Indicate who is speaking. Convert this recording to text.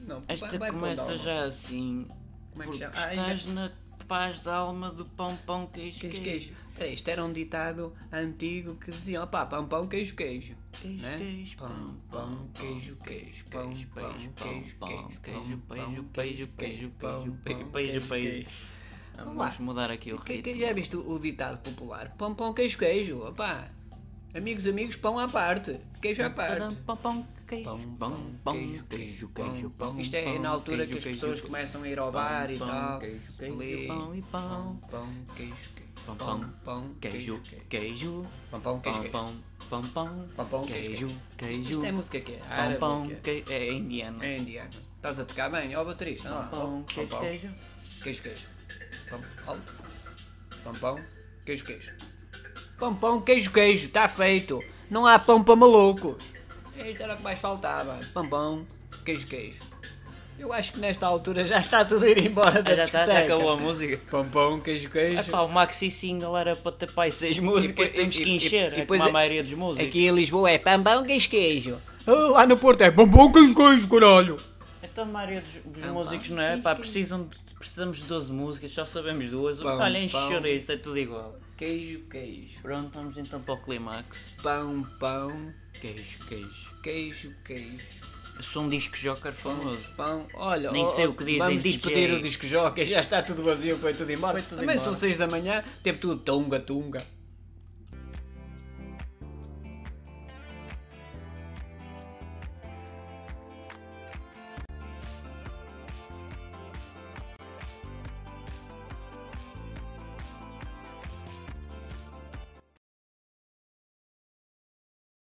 Speaker 1: Não,
Speaker 2: Esta
Speaker 1: vai, vai
Speaker 2: começa
Speaker 1: fundo,
Speaker 2: já assim.
Speaker 1: Como é que
Speaker 2: porque
Speaker 1: chama? Ah,
Speaker 2: estás
Speaker 1: ainda-
Speaker 2: na paz da alma do pão pão queijo
Speaker 1: Queijo, queijo. Peraí, isto era um ditado antigo que dizia, opá, pão, pão, queijo, queijo.
Speaker 2: Queijo,
Speaker 1: né?
Speaker 2: queijo,
Speaker 1: pão, pão, queijo, queijo, pão, pão, queijo, queijo,
Speaker 2: queijo,
Speaker 1: pão,
Speaker 2: peijo, peijo,
Speaker 1: queijo,
Speaker 2: peijo,
Speaker 1: pão,
Speaker 2: peijo, peijo,
Speaker 1: pão,
Speaker 2: peijo,
Speaker 1: queijo,
Speaker 2: peijo.
Speaker 1: queijo. Vamos lá.
Speaker 2: Ah,
Speaker 1: é
Speaker 2: Vamos mudar aqui o
Speaker 1: Quem, quem
Speaker 2: ritmo.
Speaker 1: já viste o ditado popular? Pão, pão, queijo, queijo. Opá, amigos, amigos, pão à parte. Queijo à parte.
Speaker 2: Pão, pão, queijo, pão, pão, queijo, queijo, pão.
Speaker 1: Isto é na altura que as pessoas começam a ir ao bar e
Speaker 2: pão,
Speaker 1: tal.
Speaker 2: queijo,
Speaker 1: Ali.
Speaker 2: Pão e pão.
Speaker 1: Pão, queijo,
Speaker 2: Pão,
Speaker 1: queijo.
Speaker 2: pão,
Speaker 1: pão,
Speaker 2: Queijo, queijo.
Speaker 1: Pão, pão, queijo,
Speaker 2: Pão,
Speaker 1: queijo.
Speaker 2: pão, pão,
Speaker 1: Pão,
Speaker 2: pão.
Speaker 1: pão,
Speaker 2: Queijo,
Speaker 1: queijo,
Speaker 2: queijo.
Speaker 1: Isto é música que é?
Speaker 2: Pão,
Speaker 1: Árabe,
Speaker 2: pão,
Speaker 1: que é?
Speaker 2: queijo. É indiano.
Speaker 1: É indiano. Estás a tocar bem, ó baterista. não é?
Speaker 2: Pão, queijo,
Speaker 1: pão,
Speaker 2: queijo.
Speaker 1: queijo, queijo. Pão, pão, pão, pão, queijo, queijo. Pão, pão, queijo, queijo, está feito. Não há pão para maluco. Isto era o que mais faltava. Pão, pão, queijo, queijo. Eu acho que nesta altura já está tudo a ir embora da
Speaker 2: Já está,
Speaker 1: discoteca.
Speaker 2: já acabou tá, a música.
Speaker 1: Pão, pão, queijo, queijo.
Speaker 2: É pá, o maxi single era para ter pai seis músicas,
Speaker 1: depois-
Speaker 2: temos
Speaker 1: e-
Speaker 2: que
Speaker 1: e-
Speaker 2: encher,
Speaker 1: e
Speaker 2: é
Speaker 1: depois
Speaker 2: como a
Speaker 1: é-
Speaker 2: maioria dos músicos.
Speaker 1: Aqui em Lisboa é pão, pão, queijo, queijo.
Speaker 3: Lá no Porto é bombom queijo queijo, caralho.
Speaker 2: Então a maioria dos, dos
Speaker 1: Pão,
Speaker 2: músicos
Speaker 1: pão,
Speaker 2: não é?
Speaker 1: queijo,
Speaker 2: Pá,
Speaker 1: queijo.
Speaker 2: precisam de- precisamos de 12 músicas, só sabemos duas.
Speaker 1: Pão,
Speaker 2: Olha, enche
Speaker 1: pão.
Speaker 2: chouriço, é tudo igual.
Speaker 1: Queijo, queijo.
Speaker 2: Pronto, vamos então para o clímax.
Speaker 1: Pão, pão,
Speaker 2: Queijo, queijo.
Speaker 1: queijo, queijo.
Speaker 2: Eu sou um disco joker famoso.
Speaker 1: Pão, olha,
Speaker 2: Nem
Speaker 1: ó,
Speaker 2: sei
Speaker 1: ó,
Speaker 2: o que dizem
Speaker 1: Vamos
Speaker 2: de
Speaker 1: despedir
Speaker 2: DJ.
Speaker 1: o disco jockey, já está tudo vazio, foi tudo embora.
Speaker 2: Foi tudo
Speaker 1: Também
Speaker 2: embora.
Speaker 1: são 6 da manhã, teve tudo tunga, tunga.